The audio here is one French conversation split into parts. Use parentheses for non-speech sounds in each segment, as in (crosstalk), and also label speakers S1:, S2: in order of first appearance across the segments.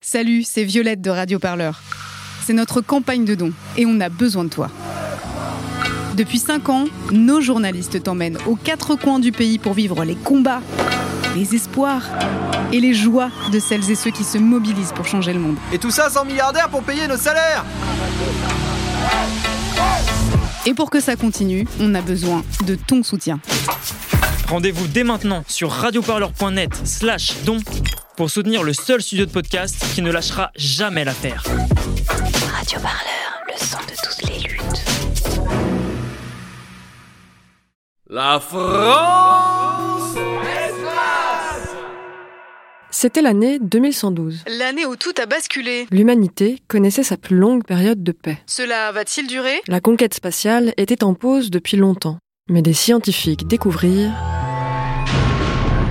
S1: Salut, c'est Violette de Radio Parleur. C'est notre campagne de dons et on a besoin de toi. Depuis 5 ans, nos journalistes t'emmènent aux quatre coins du pays pour vivre les combats, les espoirs et les joies de celles et ceux qui se mobilisent pour changer le monde.
S2: Et tout ça sans milliardaires pour payer nos salaires
S1: Et pour que ça continue, on a besoin de ton soutien.
S3: Rendez-vous dès maintenant sur radioparleur.net slash don pour soutenir le seul studio de podcast qui ne lâchera jamais l'affaire.
S4: Radio Parleur, le son de toutes les luttes.
S5: La France
S6: C'était l'année 2112.
S1: L'année où tout a basculé,
S6: L'humanité connaissait sa plus longue période de paix.
S1: cela va-t-il durer
S6: La conquête spatiale était en pause depuis longtemps, mais des scientifiques découvrirent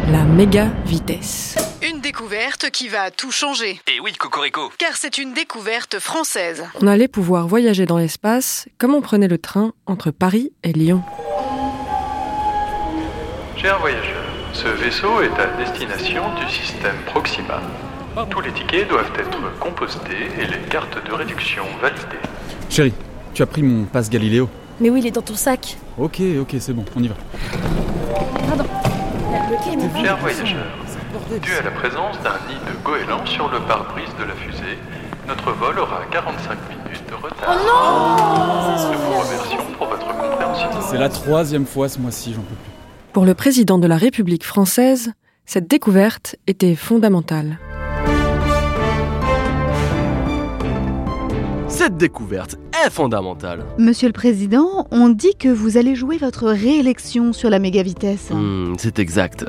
S6: la méga vitesse.
S1: Une découverte qui va tout changer,
S2: Et Eh oui, Cocorico
S1: car c'est une découverte française.
S6: On allait pouvoir voyager dans l'espace comme on prenait le train entre Paris et Lyon.
S7: Cher voyageur, ce vaisseau est à destination du système Proxima. Tous les tickets doivent être compostés et les cartes de réduction validées.
S8: Chérie, tu as pris mon passe Galiléo.
S9: Mais oui, il est dans ton sac.
S8: Ok, ok, c'est bon, on y va.
S7: Cher voyageur, dû à la présence d'un nid de goéland sur le pare-brise de la fusée, notre vol aura 45 minutes de retard.
S6: Oh
S7: Nous vous remercions pour votre compréhension.
S8: C'est la troisième fois ce mois-ci, j'en peux plus.
S6: Pour le président de la République française, cette découverte était fondamentale.
S5: Cette découverte est fondamentale.
S10: Monsieur le Président, on dit que vous allez jouer votre réélection sur la méga vitesse.
S5: Hmm, c'est exact.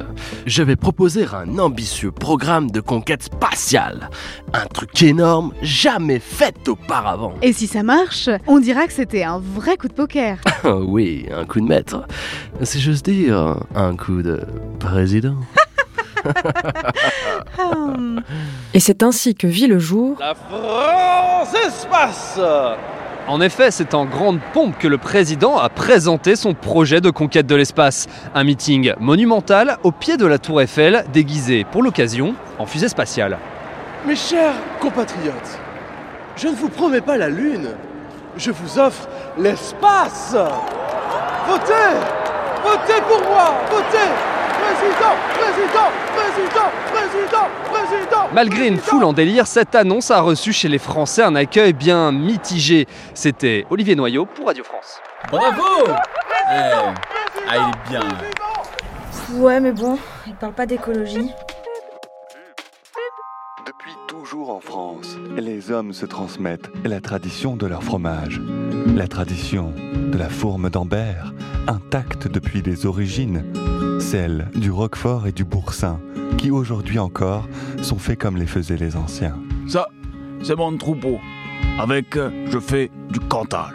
S5: Je vais proposer un ambitieux programme de conquête spatiale. Un truc énorme, jamais fait auparavant. (laughs)
S10: Et si ça marche, on dira que c'était un vrai coup de poker.
S5: Ah oui, un coup de maître. Si j'ose dire, un coup de président.
S10: Hum.
S6: Et c'est ainsi que vit le jour
S2: La France Espace
S11: En effet, c'est en grande pompe que le président a présenté son projet de conquête de l'espace. Un meeting monumental au pied de la Tour Eiffel, déguisé pour l'occasion en fusée spatiale.
S12: (laughs) Mes chers compatriotes, je ne vous promets pas la Lune, je vous offre l'espace Votez Votez pour moi Votez Président Président Président Président
S10: (laughs)
S12: Président
S11: Malgré une
S12: président
S11: foule en délire, cette annonce a reçu chez les Français un accueil bien mitigé. C'était Olivier Noyau pour Radio France.
S12: Bravo
S8: ah, il est bien.
S9: Ouais, mais bon, il parle pas d'écologie.
S7: Depuis toujours en France, les hommes se transmettent la tradition de leur fromage, la tradition de la fourme d'Ambert, intacte depuis les origines, celle du Roquefort et du Boursin, qui aujourd'hui encore sont faits comme les faisaient les anciens.
S12: Ça, c'est mon troupeau. Avec, euh, je fais du Cantal.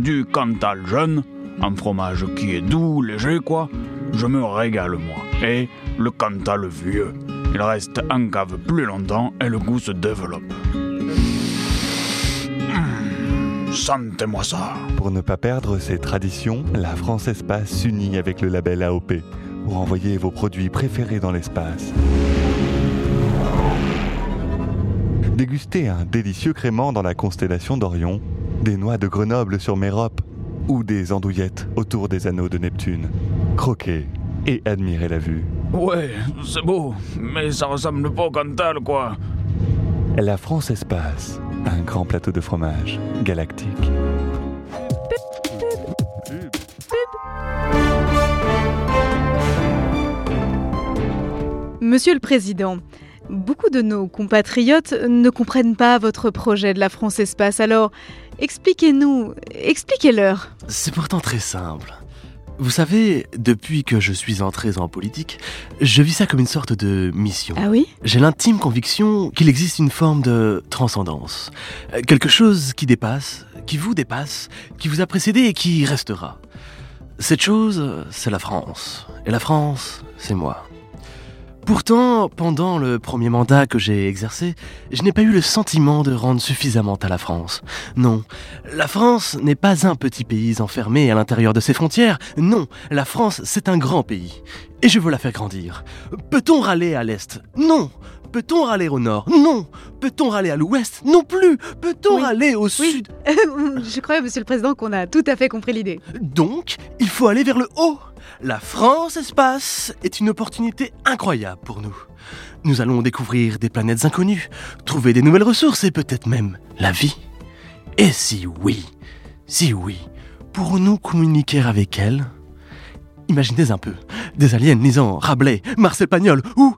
S12: Du Cantal jeune, un fromage qui est doux, léger, quoi. Je me régale, moi. Et le Cantal vieux. Il reste en cave plus longtemps et le goût se développe. Mmh, Sentez-moi ça.
S7: Pour ne pas perdre ses traditions, la France Espace s'unit avec le label AOP pour envoyer vos produits préférés dans l'espace. Dégustez un délicieux crément dans la constellation d'Orion, des noix de Grenoble sur Mérope ou des andouillettes autour des anneaux de Neptune. Croquez et admirez la vue.
S12: Ouais, c'est beau, mais ça ressemble pas au Cantal, quoi.
S7: La France Espace, un grand plateau de fromage galactique.
S10: Monsieur le Président, beaucoup de nos compatriotes ne comprennent pas votre projet de la France Espace, alors expliquez-nous, expliquez-leur.
S5: C'est pourtant très simple. Vous savez, depuis que je suis entré en politique, je vis ça comme une sorte de mission.
S10: Ah oui
S5: J'ai l'intime conviction qu'il existe une forme de transcendance. Euh, Quelque chose qui dépasse, qui vous dépasse, qui vous a précédé et qui restera. Cette chose, c'est la France. Et la France, c'est moi. Pourtant, pendant le premier mandat que j'ai exercé, je n'ai pas eu le sentiment de rendre suffisamment à la France. Non, la France n'est pas un petit pays enfermé à l'intérieur de ses frontières. Non, la France, c'est un grand pays. Et je veux la faire grandir. Peut-on râler à l'Est Non Peut-on râler au nord Non Peut-on râler à l'ouest Non plus Peut-on râler
S10: (laughs)
S5: au sud
S1: Je crois, Monsieur le Président, qu'on a tout à fait compris l'idée.
S5: Donc, il faut aller vers le haut La France Espace est une opportunité incroyable pour nous. Nous allons découvrir des planètes inconnues, trouver des nouvelles ressources et peut-être même la vie. Et si oui, si oui, pourrons-nous communiquer avec elle Imaginez un peu, des aliens lisant Rabelais, Marcel Pagnol ou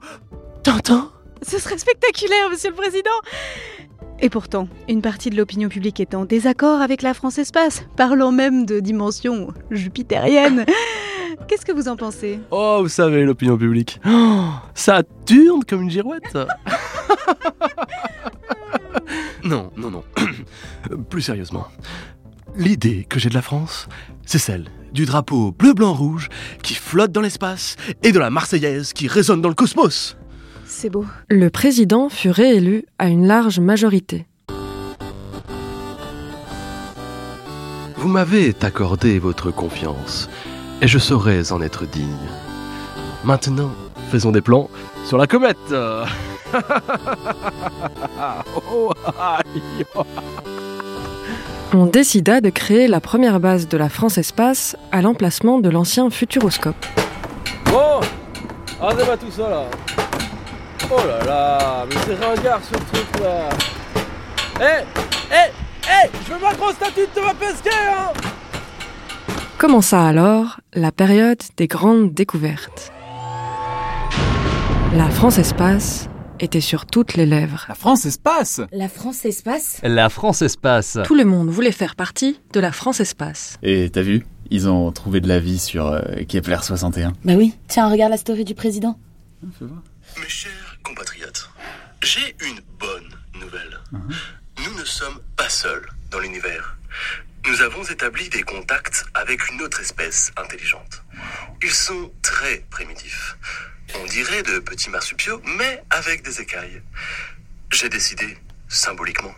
S5: Tintin
S1: Ce serait spectaculaire, Monsieur le Président Et pourtant, une partie de l'opinion publique est en désaccord avec la France Espace, parlant même de dimension jupitérienne. Qu'est-ce que vous en pensez
S5: Oh, vous savez, l'opinion publique. Oh, ça tourne comme une girouette. (laughs) non, non, non. (coughs) Plus sérieusement, l'idée que j'ai de la France, c'est celle du drapeau bleu-blanc-rouge qui flotte dans l'espace et de la Marseillaise qui résonne dans le cosmos.
S1: C'est beau.
S6: Le président fut réélu à une large majorité.
S5: Vous m'avez accordé votre confiance et je saurais en être digne. Maintenant, faisons des plans sur la comète. Euh. Oh, aïe.
S6: On décida de créer la première base de la France Espace à l'emplacement de l'ancien Futuroscope.
S10: Bon Arrêtez Ah, pas tout ça là Oh là là Mais c'est ringard ce truc là Hé Hé Hé Je veux ma grosse statue de Thomas Pesquet hein
S6: Commença alors la période des grandes découvertes. La France Espace était sur toutes les lèvres.
S9: La France Espace
S13: La France Espace
S14: La France Espace.
S6: Tout le monde voulait faire partie de la France Espace.
S15: Et t'as vu Ils ont trouvé de la vie sur euh, Kepler 61.
S13: Bah oui, tiens, regarde la story du président.
S16: Mes chers compatriotes, j'ai une bonne nouvelle.
S10: Uh-huh.
S16: Nous ne sommes pas seuls dans l'univers. Nous avons établi des contacts avec une autre espèce intelligente. Ils sont très primitifs. On dirait de petits marsupiaux, mais avec des écailles. J'ai décidé, symboliquement,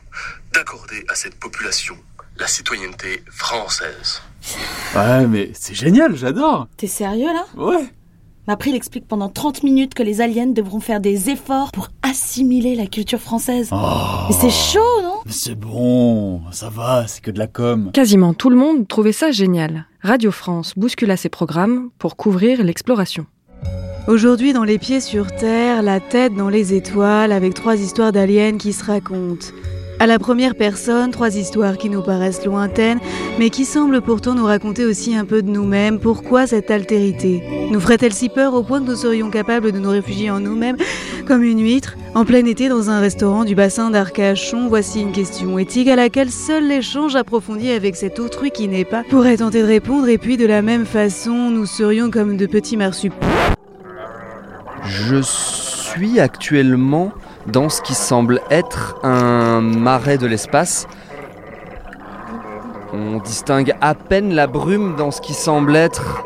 S16: d'accorder à cette population la citoyenneté française.
S9: Ouais, mais c'est génial, j'adore
S13: T'es sérieux là
S9: Ouais
S13: Mais après, il explique pendant 30 minutes que les aliens devront faire des efforts pour assimiler la culture française. Mais c'est chaud, non
S9: Mais c'est bon, ça va, c'est que de la com.
S6: Quasiment tout le monde trouvait ça génial. Radio France bouscula ses programmes pour couvrir l'exploration.
S1: Aujourd'hui, dans les pieds sur terre, la tête dans les étoiles, avec trois histoires d'aliens qui se racontent. À la première personne, trois histoires qui nous paraissent lointaines, mais qui semblent pourtant nous raconter aussi un peu de nous-mêmes. Pourquoi cette altérité Nous ferait-elle si peur au point que nous serions capables de nous réfugier en nous-mêmes, comme une huître En plein été, dans un restaurant du bassin d'Arcachon, voici une question éthique à laquelle seul l'échange approfondi avec cet autrui qui n'est pas pourrait tenter de répondre, et puis de la même façon, nous serions comme de petits marsupiaux.
S11: Je suis actuellement dans ce qui semble être un marais de l'espace. On distingue à peine la brume dans ce qui semble être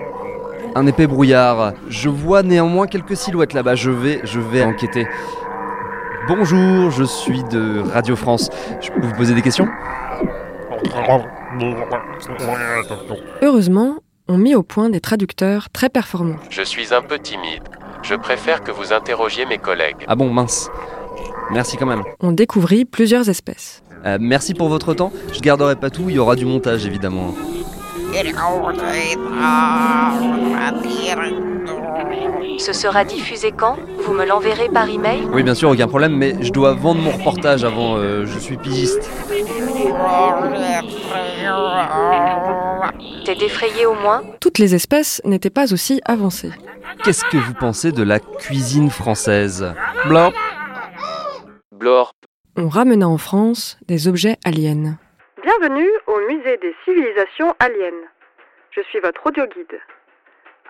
S11: un épais brouillard. Je vois néanmoins quelques silhouettes là-bas. Je vais, je vais enquêter. Bonjour, je suis de Radio France. Je peux vous poser des questions
S6: Heureusement, on mit au point des traducteurs très performants.
S17: Je suis un peu timide. Je préfère que vous interrogiez mes collègues.
S11: Ah bon, mince. Merci quand même.
S6: On découvrit plusieurs espèces.
S11: Euh, merci pour votre temps. Je garderai pas tout, il y aura du montage évidemment.
S4: Ce sera diffusé quand Vous me l'enverrez par email
S11: Oui, bien sûr, aucun problème, mais je dois vendre mon reportage avant. euh, je suis pigiste.
S4: T'es défrayé au moins
S6: Toutes les espèces n'étaient pas aussi avancées.
S11: Qu'est-ce que vous pensez de la cuisine française
S17: Blorp. Blorp.
S6: On ramena en France des objets aliens.
S18: Bienvenue au musée des civilisations aliens. Je suis votre audioguide.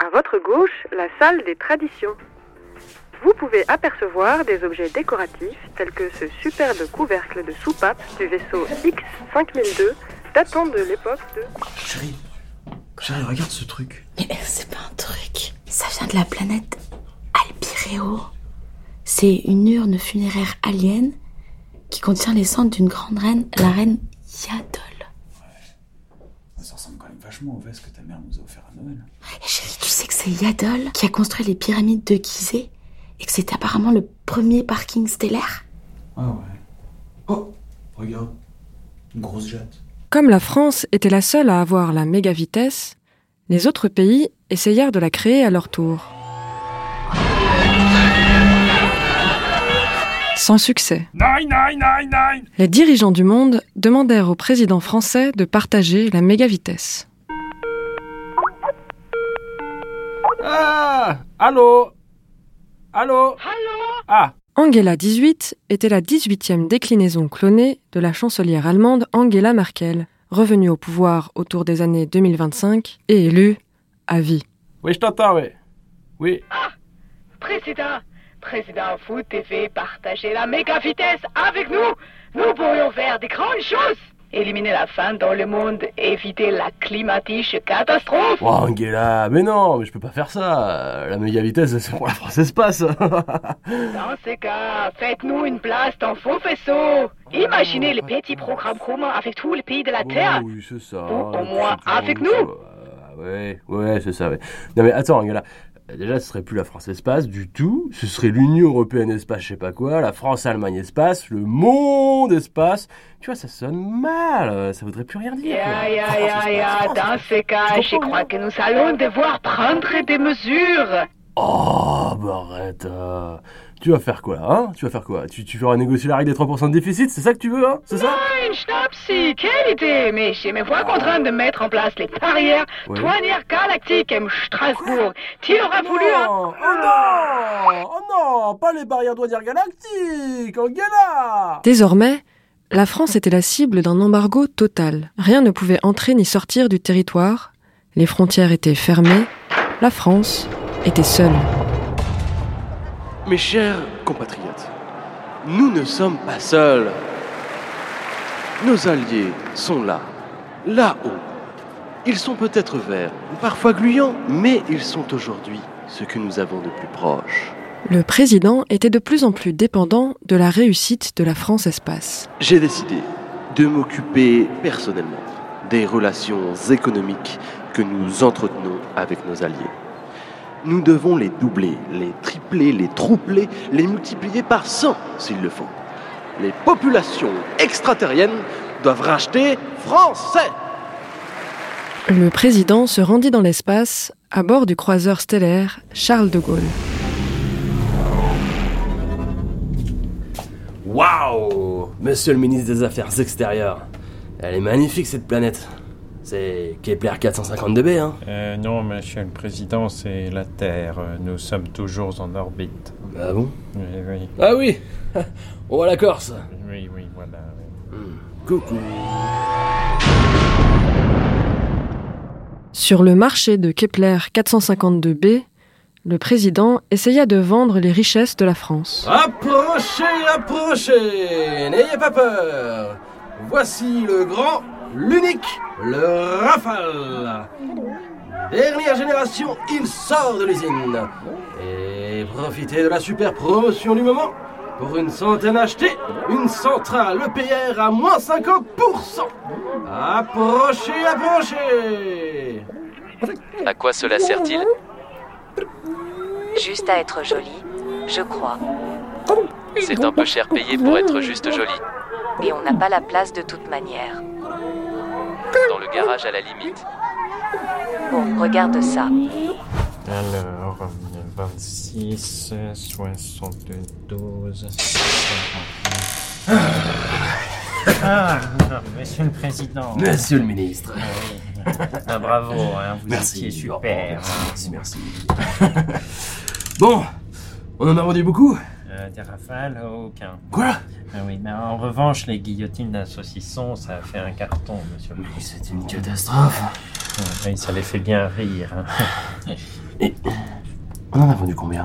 S18: À votre gauche, la salle des traditions. Vous pouvez apercevoir des objets décoratifs tels que ce superbe couvercle de soupape du vaisseau X-5002 datant de l'époque de...
S8: Chérie, chérie, regarde ce truc.
S13: Mais eh, c'est pas un truc. Ça vient de la planète Alpireo. C'est une urne funéraire alien qui contient les cendres d'une grande reine, la reine Yadol.
S8: Ça ressemble quand même vachement au vase que ta mère nous a offert à Noël.
S13: Et chérie, tu sais que c'est Yadol qui a construit les pyramides de Gizeh et que c'était apparemment le premier parking stellaire.
S8: Ah ouais. Oh, regarde. Une grosse jatte.
S6: Comme la France était la seule à avoir la méga vitesse, les autres pays essayèrent de la créer à leur tour. Sans succès.
S12: Nine, nine, nine, nine
S6: Les dirigeants du monde demandèrent au président français de partager la méga vitesse.
S10: Ah Allô Allô Ah
S6: Angela 18 était la 18e déclinaison clonée de la chancelière allemande Angela Merkel, revenue au pouvoir autour des années 2025 et élue à vie.
S10: Oui, je t'entends, oui. Oui.
S19: Président, président, vous devez partager la méga vitesse avec nous. Nous pourrions faire des grandes choses. Éliminer la faim dans le monde, éviter la climatique catastrophe.
S10: Oh, Angela, mais non, mais je peux pas faire ça. La méga vitesse, c'est pour la France Espace.
S19: Dans ce cas, faites-nous une place dans vos vaisseaux. Imaginez les petits programmes communs avec tous les pays de la Terre.
S10: Oui, Ah, c'est ça.
S19: Ou au moins avec nous.
S10: Ah Ouais, ouais, c'est ça, ouais. Non, mais attends, Angela. Déjà, ce serait plus la France Espace du tout. Ce serait l'Union Européenne Espace, je sais pas quoi, la France Allemagne Espace, le monde Espace. Tu vois, ça sonne mal. euh, Ça voudrait plus rien dire.
S19: Ya,
S10: quoi.
S19: ya,
S10: France
S19: ya, ya, dans ce cas, je crois que nous allons devoir prendre des mesures.
S10: Oh, bah arrête. euh. Tu vas faire quoi là hein Tu vas faire quoi tu, tu feras négocier la règle des 3% de déficit C'est ça que tu veux hein C'est ça
S19: Nein, stopp, Sie, quelle idée Mais je me vois en train de mettre en place les barrières
S10: Oui.
S19: douanières galactiques à Strasbourg. Tu auras voulu...
S10: Oh non Oh non Pas les barrières douanières galactiques Angela
S6: Désormais, la France était la cible d'un embargo total. Rien ne pouvait entrer ni sortir du territoire, les frontières étaient fermées, la France était seule.
S5: Mes chers compatriotes, nous ne sommes pas seuls. Nos alliés sont là, là-haut. Ils sont peut-être verts, parfois gluants, mais ils sont aujourd'hui ce que nous avons de plus proche.
S6: Le président était de plus en plus dépendant de la réussite de la France-Espace.
S5: J'ai décidé de m'occuper personnellement des relations économiques que nous entretenons avec nos alliés. Nous devons les doubler, les tripler, les troupler, les multiplier par 100 s'il le faut. Les populations extraterriennes doivent racheter français.
S6: Le président se rendit dans l'espace à bord du croiseur stellaire Charles de Gaulle.
S20: Waouh Monsieur le ministre des Affaires extérieures, elle est magnifique cette planète. C'est Kepler 452b, hein
S21: Euh, non, monsieur le président, c'est la Terre. Nous sommes toujours en orbite.
S20: Ah bon
S21: Oui, oui.
S20: Ah oui (laughs) On voit la Corse Hmm,
S21: Oui, oui, voilà.
S20: Coucou
S6: Sur le marché de Kepler 452b, le président essaya de vendre les richesses de la France.
S20: Approchez, approchez N'ayez pas peur Voici le grand, l'unique, le Rafale Dernière génération, il sort de l'usine Et profitez de la super promotion du moment Pour une centaine achetée, une centrale EPR à moins 50% Approchez, approchez
S17: À quoi cela sert-il
S4: Juste à être jolie, je crois.
S17: C'est un peu cher payé pour être juste joli.
S4: Et on n'a pas la place de toute manière.
S17: Dans le garage à la limite.
S4: Bon, regarde ça.
S21: Alors, euh, 26, 72, 49. Ah, non, monsieur le président.
S20: Monsieur le ministre.
S21: Oui. Ah, bravo, hein, vous
S20: Merci.
S21: étiez super.
S20: Merci, merci.
S21: (laughs)
S20: Bon, on en a vendu beaucoup
S21: Euh, des rafales, aucun.
S20: Quoi
S21: Ah oui, mais en revanche, les guillotines d'un saucisson, ça a fait un carton, monsieur le président.
S20: C'est une catastrophe.
S21: ça les fait bien rire.
S20: (laughs)
S21: hein.
S20: On en a vendu combien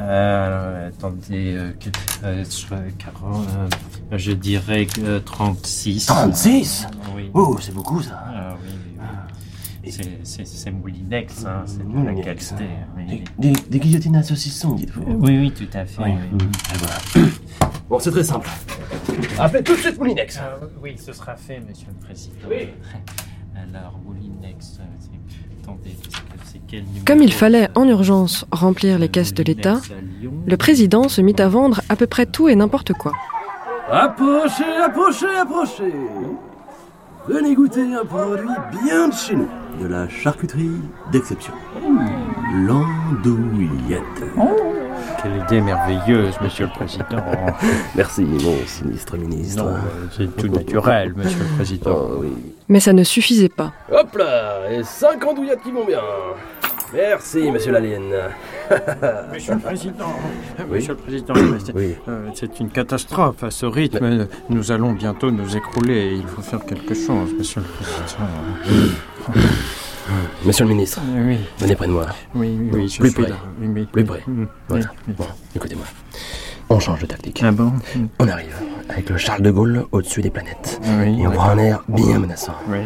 S21: Euh, attendez, euh, que- euh, soit 40, euh, je dirais que, euh, 36.
S20: 36
S21: Oui.
S20: Oh, c'est beaucoup ça.
S21: Ah oui, oui, oui. C'est- C'est c'est Moulinex, hein, c'est de la
S20: Moulinex, hein.
S21: qualité. oui.
S20: Des, des guillotines à saucisson, dites-vous.
S21: Oui, oui, tout à fait.
S20: Oui,
S21: oui.
S20: mm, et voilà. (coughs) Bon, c'est très simple. Appelez tout de suite Moulinex.
S21: Ah, oui, ce sera fait, monsieur le président.
S20: Oui.
S21: (laughs) Alors, Moulinex, euh, c'est- attendez, c'est quel numéro
S6: Comme il fallait en urgence remplir les caisses de l'État, le président se mit à vendre à peu près tout et n'importe quoi.
S5: Approchez, approchez, approchez Venez goûter un produit bien de chez nous. De la charcuterie d'exception. Hmm. L'andouillette.
S21: Oh. Quelle idée merveilleuse, monsieur le président.
S22: (laughs) Merci, mon sinistre ministre. Oh,
S21: Non, euh, c'est tout naturel, monsieur le président.
S6: Mais ça ne suffisait pas.
S5: Hop là Et cinq andouillettes qui vont bien Merci, monsieur (laughs) Lalienne.
S21: Monsieur le Président,
S5: Oui.
S21: Ah Monsieur le Président, c'est- euh, c'est une catastrophe à ce rythme. Nous allons bientôt nous écrouler et il faut faire quelque chose, Monsieur le Président.
S5: (coughs)
S21: Euh,
S5: Monsieur le ministre,
S21: Oui.
S5: venez près de moi.
S21: Oui, oui, oui, je
S5: Plus
S21: suis
S5: près.
S21: là. Oui, oui,
S5: Plus
S21: oui.
S5: près.
S21: Mm.
S5: Voilà.
S21: Oui.
S5: Bon, écoutez-moi. On change de tactique.
S21: Ah bon
S5: On arrive avec le Charles de Gaulle au-dessus des planètes.
S21: Ah Oui,
S5: Et on
S21: d'accord.
S5: prend un air bien menaçant.
S21: Oui.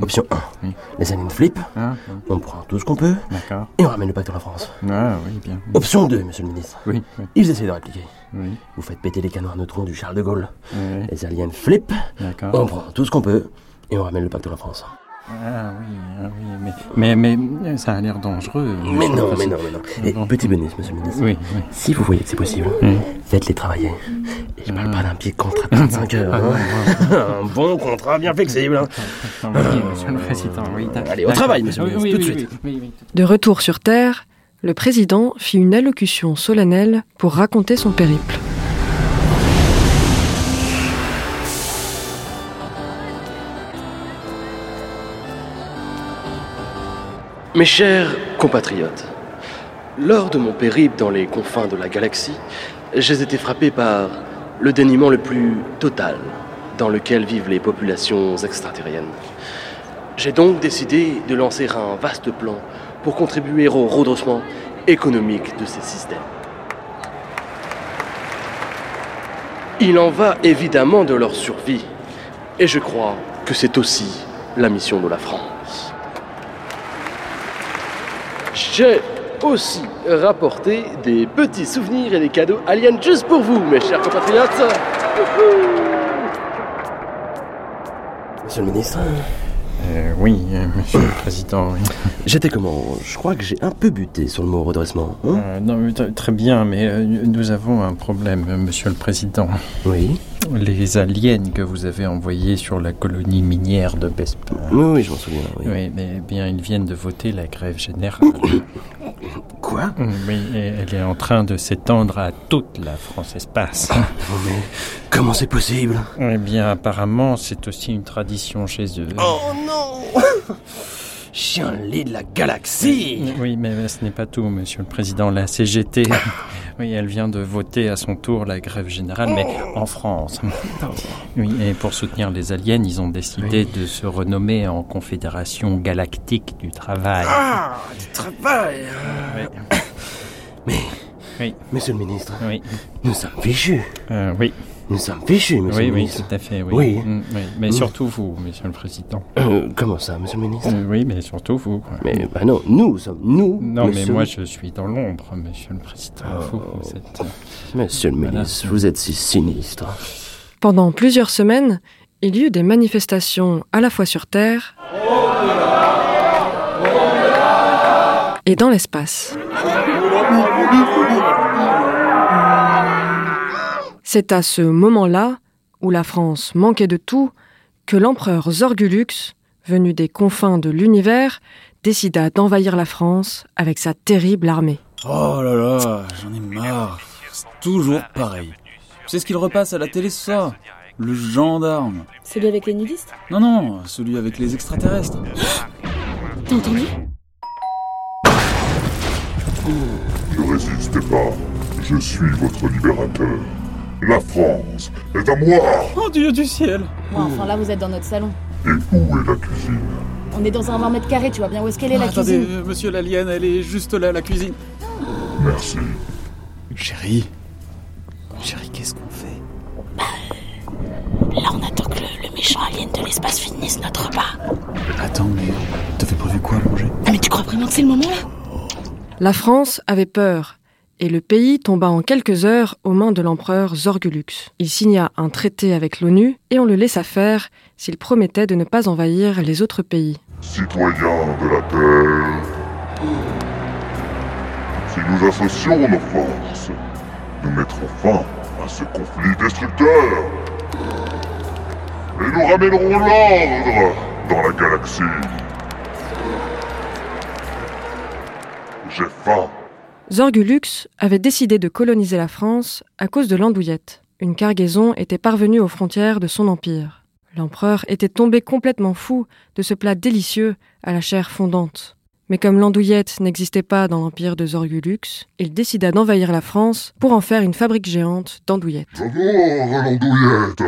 S5: Option 1. Les aliens flippent.
S21: Ah,
S5: On prend tout ce qu'on peut.
S21: D'accord.
S5: Et on ramène le pacte en France.
S21: Ah, oui, bien.
S5: Option 2, monsieur le ministre.
S21: Oui, oui.
S5: Ils essaient de répliquer.
S21: Oui.
S5: Vous faites péter les canons à neutrons du Charles de Gaulle.
S21: Oui.
S5: Les aliens flippent.
S21: D'accord.
S5: On prend tout ce qu'on peut. Et on ramène le pacte en France.
S21: Ah oui, ah oui, mais, mais, mais ça a l'air dangereux.
S5: Mais
S21: monsieur le
S5: non, mais
S21: Président.
S5: non, mais non.
S21: Ah
S5: Et
S21: bon
S5: petit bonus, monsieur le ministre.
S21: Oui, oui.
S5: Si vous voyez que c'est possible,
S21: Oui. Ah.
S5: faites-les travailler. Et je parle pas d'un petit
S21: (laughs)
S5: contrat de 35 heures. hein. Un bon contrat bien flexible. hein.
S21: Ah oui, monsieur le Président, oui, d'accord.
S5: Allez, au travail, monsieur
S21: Oui,
S5: le ministre,
S21: oui,
S5: tout de
S21: oui,
S5: suite.
S21: oui, oui, oui.
S6: De retour sur Terre, le président fit une allocution solennelle pour raconter son périple.
S23: Mes chers compatriotes, lors de mon périple dans les confins de la galaxie, j'ai été frappé par le dénuement le plus total dans lequel vivent les populations extraterriennes. J'ai donc décidé de lancer un vaste plan pour contribuer au redressement économique de ces systèmes. Il en va évidemment de leur survie, et je crois que c'est aussi la mission de la France. J'ai aussi rapporté des petits souvenirs et des cadeaux aliens juste pour vous, mes chers compatriotes.
S21: Euh,
S5: Monsieur le ministre,
S21: Euh, oui, euh, monsieur le Président, oui.
S5: (laughs) j'étais comment Je crois que j'ai un peu buté sur le mot redressement. hein
S21: Euh, non, mais t- très bien, mais euh, nous avons un problème, euh, monsieur le Président.
S5: Oui.
S21: Les aliens que vous avez envoyés sur la colonie minière de Bespa.
S5: Oui, oui, je m'en souviens. Oui.
S21: Oui, mais bien, ils viennent de voter la grève générale.
S5: Quoi
S21: Oui, et Mm, elle est en train de s'étendre à toute la France-Espace.
S5: Ah, oh, Mais comment c'est possible
S21: Eh bien, apparemment, c'est aussi une tradition chez eux.
S5: Oh
S20: (laughs)
S5: non Chien lit de la galaxie Ah.
S21: Oui, mais euh, ce n'est pas tout, monsieur le président. La CGT, (laughs) oui, elle vient de voter à son tour la grève générale, mais
S5: Oh.
S21: en France. Oui, et pour soutenir les aliens, ils ont décidé de se renommer en Confédération Galactique du Travail.
S5: Ah, du travail Mais,
S21: Oui.
S5: monsieur le ministre,
S21: Oui.
S5: nous sommes fichus.
S21: Euh, oui.
S5: Nous sommes fichus, monsieur
S21: oui,
S5: le
S21: oui,
S5: ministre.
S21: tout à fait, oui.
S5: Oui.
S21: Mm, oui, Mais
S5: Mm.
S21: surtout vous, monsieur le président.
S5: Euh, comment ça, monsieur le ministre
S21: Euh, oui, mais surtout vous.
S5: Mais bah non, nous sommes nous. Oh.
S21: Non,
S5: nous
S21: mais
S5: sommes-
S21: moi, je suis dans l'ombre, monsieur le président. Vous, vous êtes...
S5: Monsieur le ministre, vous êtes si sinistre.
S6: Pendant plusieurs semaines, il y eut des manifestations à la fois sur Terre et dans l'espace. C'est à ce moment-là, où la France manquait de tout, que l'empereur Zorgulux, venu des confins de l'univers, décida d'envahir la France avec sa terrible armée.
S8: Oh là là, j'en ai marre. C'est toujours pareil. C'est ce qu'il repasse à la télé ce soir. Le gendarme.
S24: Celui avec les nudistes
S8: Non, non, celui avec
S13: (gasps)
S8: les extraterrestres.
S24: T'as entendu
S25: Ne résistez pas, je suis votre libérateur. La France est à moi
S8: Oh Dieu du ciel
S9: Ouais, enfin là, vous êtes dans notre salon.
S25: Et où est la cuisine
S9: On est dans un 20 mètres carrés, tu vois bien où est-ce qu'elle est la
S8: Attendez,
S9: cuisine
S8: euh, monsieur l'alien, elle est juste là, la cuisine.
S25: Merci.
S8: Chérie. Chérie, qu'est-ce qu'on fait
S10: Bah, euh, Là, on attend que le, le méchant alien de l'espace finisse notre repas.
S8: Attends, mais t'avais prévu quoi à manger
S10: Non, mais tu crois vraiment que c'est le moment là
S6: La France avait peur. et le pays tomba en quelques heures aux mains de l'empereur Zorgulux. Il signa un traité avec l'ONU et on le laissa faire s'il promettait de ne pas envahir les autres pays.
S25: Citoyens de la Terre, si nous associons nos forces, nous mettrons fin à ce conflit destructeur et nous ramènerons l'ordre dans la galaxie. J'ai faim.
S6: Zorgulux avait décidé de coloniser la France à cause de l'andouillette. Une cargaison était parvenue aux frontières de son empire. L'empereur était tombé complètement fou de ce plat délicieux à la chair fondante. Mais comme l'andouillette n'existait pas dans l'empire de Zorgulux, il décida d'envahir la France pour en faire une fabrique géante d'andouillettes.
S25: J'adore l'andouillette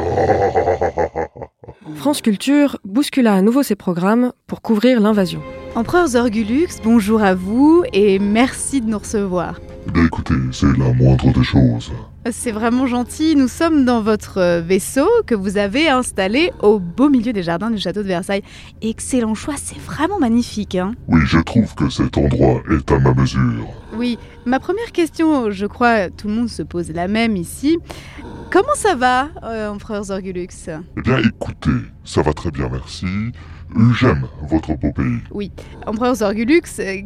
S6: France Culture bouscula à nouveau ses programmes pour couvrir l'invasion.
S1: Empereur Zorgulux, bonjour à vous et merci de nous recevoir.
S25: Bien écoutez, c'est la moindre des choses.
S1: C'est vraiment gentil, nous sommes dans votre vaisseau que vous avez installé au beau milieu des jardins du château de Versailles. Excellent choix, c'est vraiment magnifique. hein.
S25: Oui, je trouve que cet endroit est à ma mesure.
S1: oui, ma première question, je crois tout le monde se pose la même ici. Comment ça va, euh, empereur Zorgulux
S25: Eh bien écoutez, ça va très bien, merci. J'aime votre beau pays.
S1: Oui, empereur Zorgulux, euh,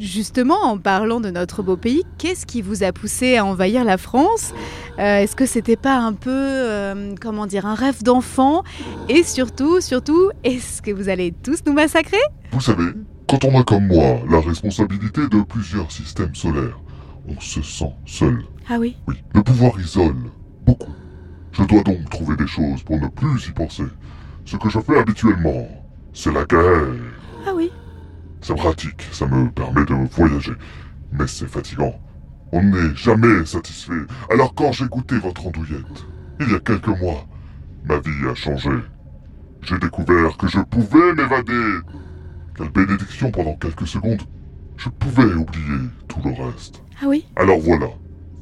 S1: justement, en parlant de notre beau pays, qu'est-ce qui vous a poussé à envahir la France Euh, Est-ce que c'était pas un peu, euh, comment dire, un rêve d'enfant Et surtout, surtout, est-ce que vous allez tous nous massacrer
S25: Vous savez, quand on a comme moi la responsabilité de plusieurs systèmes solaires, on se sent seul.
S1: Ah oui
S25: Oui, le pouvoir isole beaucoup. Je dois donc trouver des choses pour ne plus y penser. Ce que je fais habituellement, c'est la guerre.
S1: Ah oui
S25: C'est pratique, ça me permet de voyager. Mais c'est fatigant. On n'est jamais satisfait. Alors quand j'ai goûté votre andouillette, il y a quelques mois, ma vie a changé. J'ai découvert que je pouvais m'évader. Quelle bénédiction pendant quelques secondes. Je pouvais oublier tout le reste.
S1: Ah oui
S25: Alors voilà,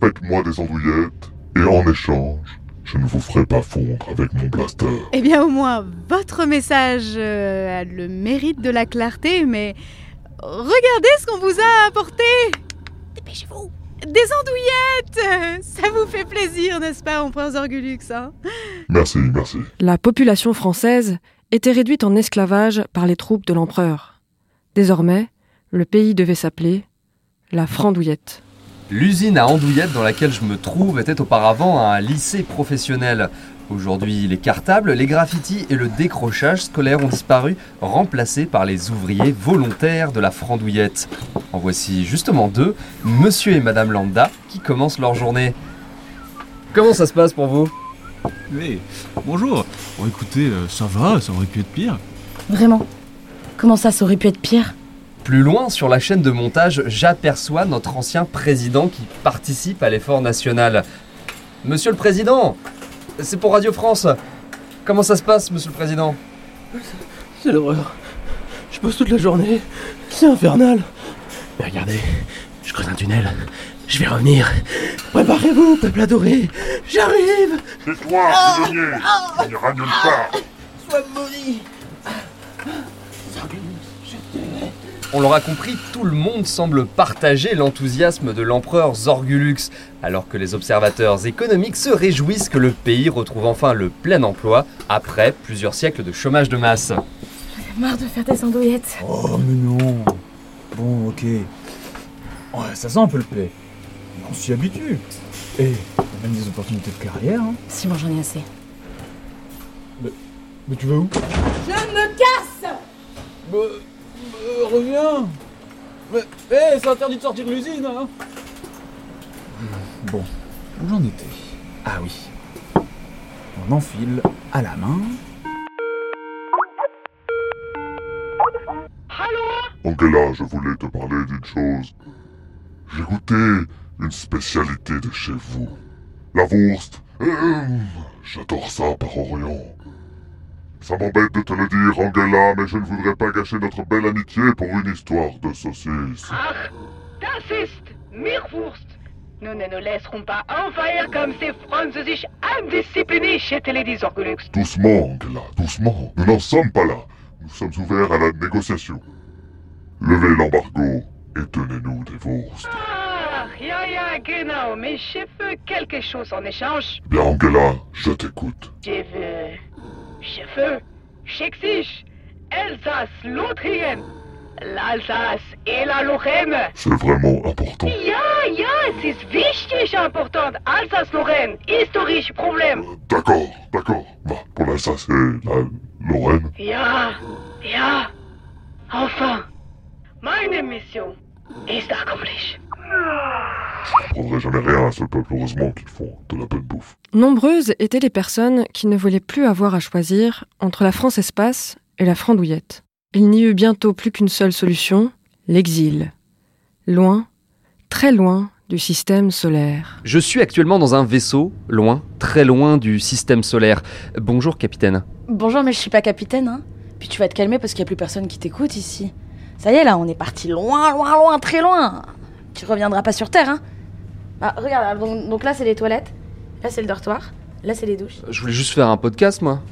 S25: faites-moi des andouillettes, et en échange, je ne vous ferai pas fondre avec mon blaster.
S1: Eh bien, au moins, votre message euh, a le mérite de la clarté, mais regardez ce qu'on vous a apporté Dépêchez-vous Des andouillettes Ça vous fait plaisir, n'est-ce pas, empereur Zorgulux hein
S25: Merci, merci.
S6: La population française était réduite en esclavage par les troupes de l'empereur. Désormais, le pays devait s'appeler la Frandouillette.
S11: L'usine à andouillettes dans laquelle je me trouve était auparavant un lycée professionnel. Aujourd'hui, les cartables, les graffitis et le décrochage scolaire ont disparu, remplacés par les ouvriers volontaires de la frandouillette. En voici justement deux, monsieur et madame Lambda, qui commencent leur journée. Comment ça se passe pour vous
S7: Mais bonjour Bon écoutez, euh, ça va, ça aurait pu être pire.
S13: Vraiment Comment ça, ça aurait pu être pire
S11: Plus loin sur la chaîne de montage, j'aperçois notre ancien président qui participe à l'effort national. Monsieur le président, c'est pour Radio France. Comment ça se passe, monsieur le président
S14: C'est l'horreur. Je bosse toute la journée. C'est infernal. Mais regardez, je creuse un tunnel. Je vais revenir. Préparez-vous, peuple adoré. J'arrive
S25: Tais-toi,
S5: Ah
S25: prisonnier Il n'ira nulle part
S14: Sois maudit
S11: On l'aura compris, tout le monde semble partager l'enthousiasme de l'empereur Zorgulux, alors que les observateurs économiques se réjouissent que le pays retrouve enfin le plein emploi après plusieurs siècles de chômage de masse.
S13: Marre de faire des andouillettes.
S8: Oh, mais non Bon, ok. Ouais, ça sent un peu le paix. On s'y habitue. Et on a même des opportunités de carrière. hein.
S13: Si, moi j'en ai assez.
S8: Mais tu vas où
S3: Je me casse
S10: Bah, bah, reviens Mais, hé, c'est interdit de sortir de l'usine, hein
S8: Bon, où j'en étais Ah oui. On enfile à la main.
S25: Angela, je voulais te parler d'une chose. J'ai goûté une spécialité de chez vous. La Wurst. Hum, J'adore ça par Orient. Ça m'embête de te le dire, Angela, mais je ne voudrais pas gâcher notre belle amitié pour une histoire de saucisse.
S19: T'insistes, hein. Mirwurst Nous ne nous laisserons pas envahir comme ces französisch indisciplinés chez Télédis Orgulux.
S25: Doucement, Angela, doucement. Nous n'en sommes pas là. Nous sommes ouverts à la négociation. Levez l'embargo et tenez-nous des Wurst.
S19: Ah, aïe aïe draguer Naomi, je veux quelque chose en échange.
S25: Bien, Angela, je t'écoute.
S19: Je veux. Je veux. J'exige. Alsace, l'Autrienne, l'Alsace et la Lorraine.
S25: C'est vraiment important.
S19: Ja, ja, es ist wichtig, important. Alsace-Lorraine, historisch Problem.
S25: D'accord, d'accord. Bah, pour l'Alsace et la Lorraine,
S19: Ja, ja. Enfin, meine Mission ist accomplished.
S25: je prendrai jamais rien à ce peuple. Heureusement qu'ils font de la bonne bouffe.
S6: Nombreuses étaient les personnes qui ne voulaient plus avoir à choisir entre la France-Espace et la Frandouillette. Il n'y eut bientôt plus qu'une seule solution, l'exil. Loin, très loin du système solaire.
S11: Je suis actuellement dans un vaisseau, loin, très loin du système solaire. Bonjour, capitaine.
S9: Bonjour, mais je suis pas capitaine, hein. Puis tu vas te calmer parce qu'il y a plus personne qui t'écoute ici. Ça y est, là, on est parti loin, loin, loin, très loin. Tu reviendras pas sur Terre, hein. Ah, regarde, alors, donc, donc là, c'est les toilettes. Là, c'est le dortoir. Là, c'est les douches.
S11: Je voulais juste faire un podcast, moi.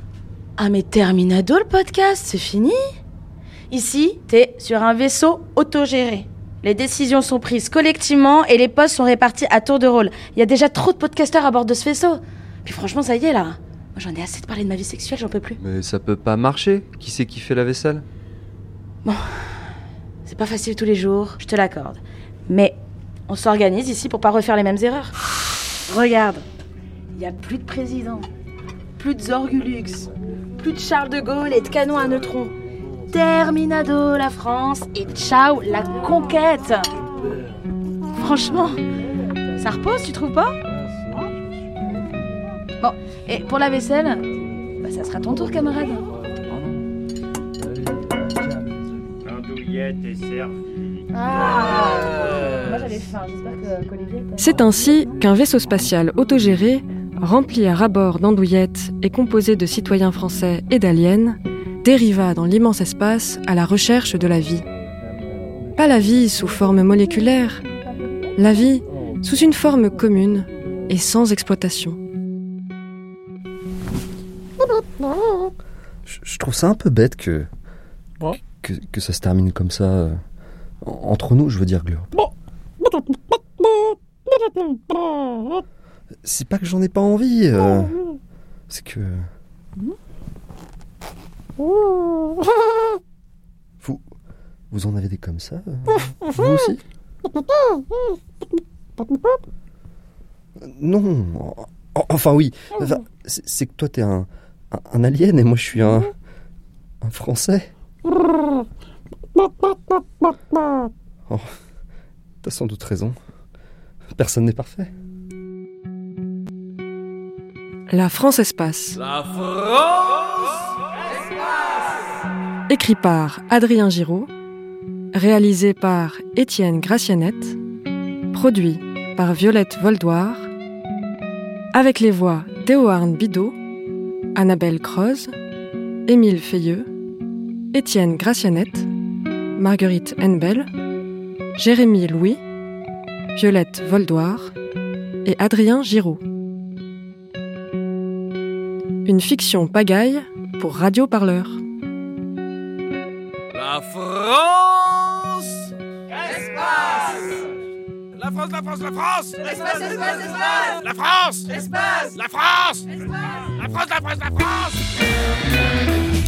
S9: Ah, mais terminado le podcast, c'est fini. Ici, t'es sur un vaisseau autogéré. Les décisions sont prises collectivement et les postes sont répartis à tour de rôle. Il y a déjà trop de podcasteurs à bord de ce vaisseau. Puis franchement, ça y est, là. Moi, j'en ai assez de parler de ma vie sexuelle, j'en peux plus.
S11: Mais ça peut pas marcher. Qui c'est qui fait la vaisselle
S9: Bon, c'est pas facile tous les jours, je te l'accorde. Mais on s'organise ici pour pas refaire les mêmes erreurs. Regarde, il y a plus de président, plus de Zorgulux, plus de Charles de Gaulle et de canon à neutrons. Terminado la France et ciao la conquête. Franchement, ça repose, tu trouves pas Bon, et pour la vaisselle, bah, ça sera ton tour, camarade.
S21: euh,
S15: Andouillette est servie.
S9: Moi j'avais faim, j'espère que qu'Olivier t'a-
S6: C'est ainsi qu'un vaisseau spatial autogéré, rempli à ras-bord d'andouillettes et composé de citoyens français et d'aliens, dériva dans l'immense espace à la recherche de la vie. Pas la vie sous forme moléculaire, la vie sous une forme commune et sans exploitation.
S25: euh.
S11: Je, je trouve ça un peu bête que,
S16: Ouais.
S11: que. que ça se termine comme ça. euh, en- Entre nous, je veux dire, Glure. C'est pas que j'en ai pas envie. euh, c'est que. Vous. Vous en avez des comme ça euh Vous aussi Non. en- Enfin, oui. Enfin, c'est c'est que toi, t'es un, un, un alien et moi, je suis un. un Français. Oh, t'as sans doute raison. Personne n'est parfait.
S6: La France-Espace. Écrit par Adrien Giraud, réalisé par Étienne Gracianette, produit par Violette Voldoir, avec les voix d'Éoarn Bidot, Annabelle Croze, Émile Feilleux, Étienne Gracianette, Marguerite Henbel, Jérémy Louis, Violette Voldoir et Adrien Giraud. Une fiction pagaille pour Radio Parleur.
S10: La France Espace La France, la France, la France
S15: Espace, espace,
S10: espace La France Espace La France Espace La France, la France, la France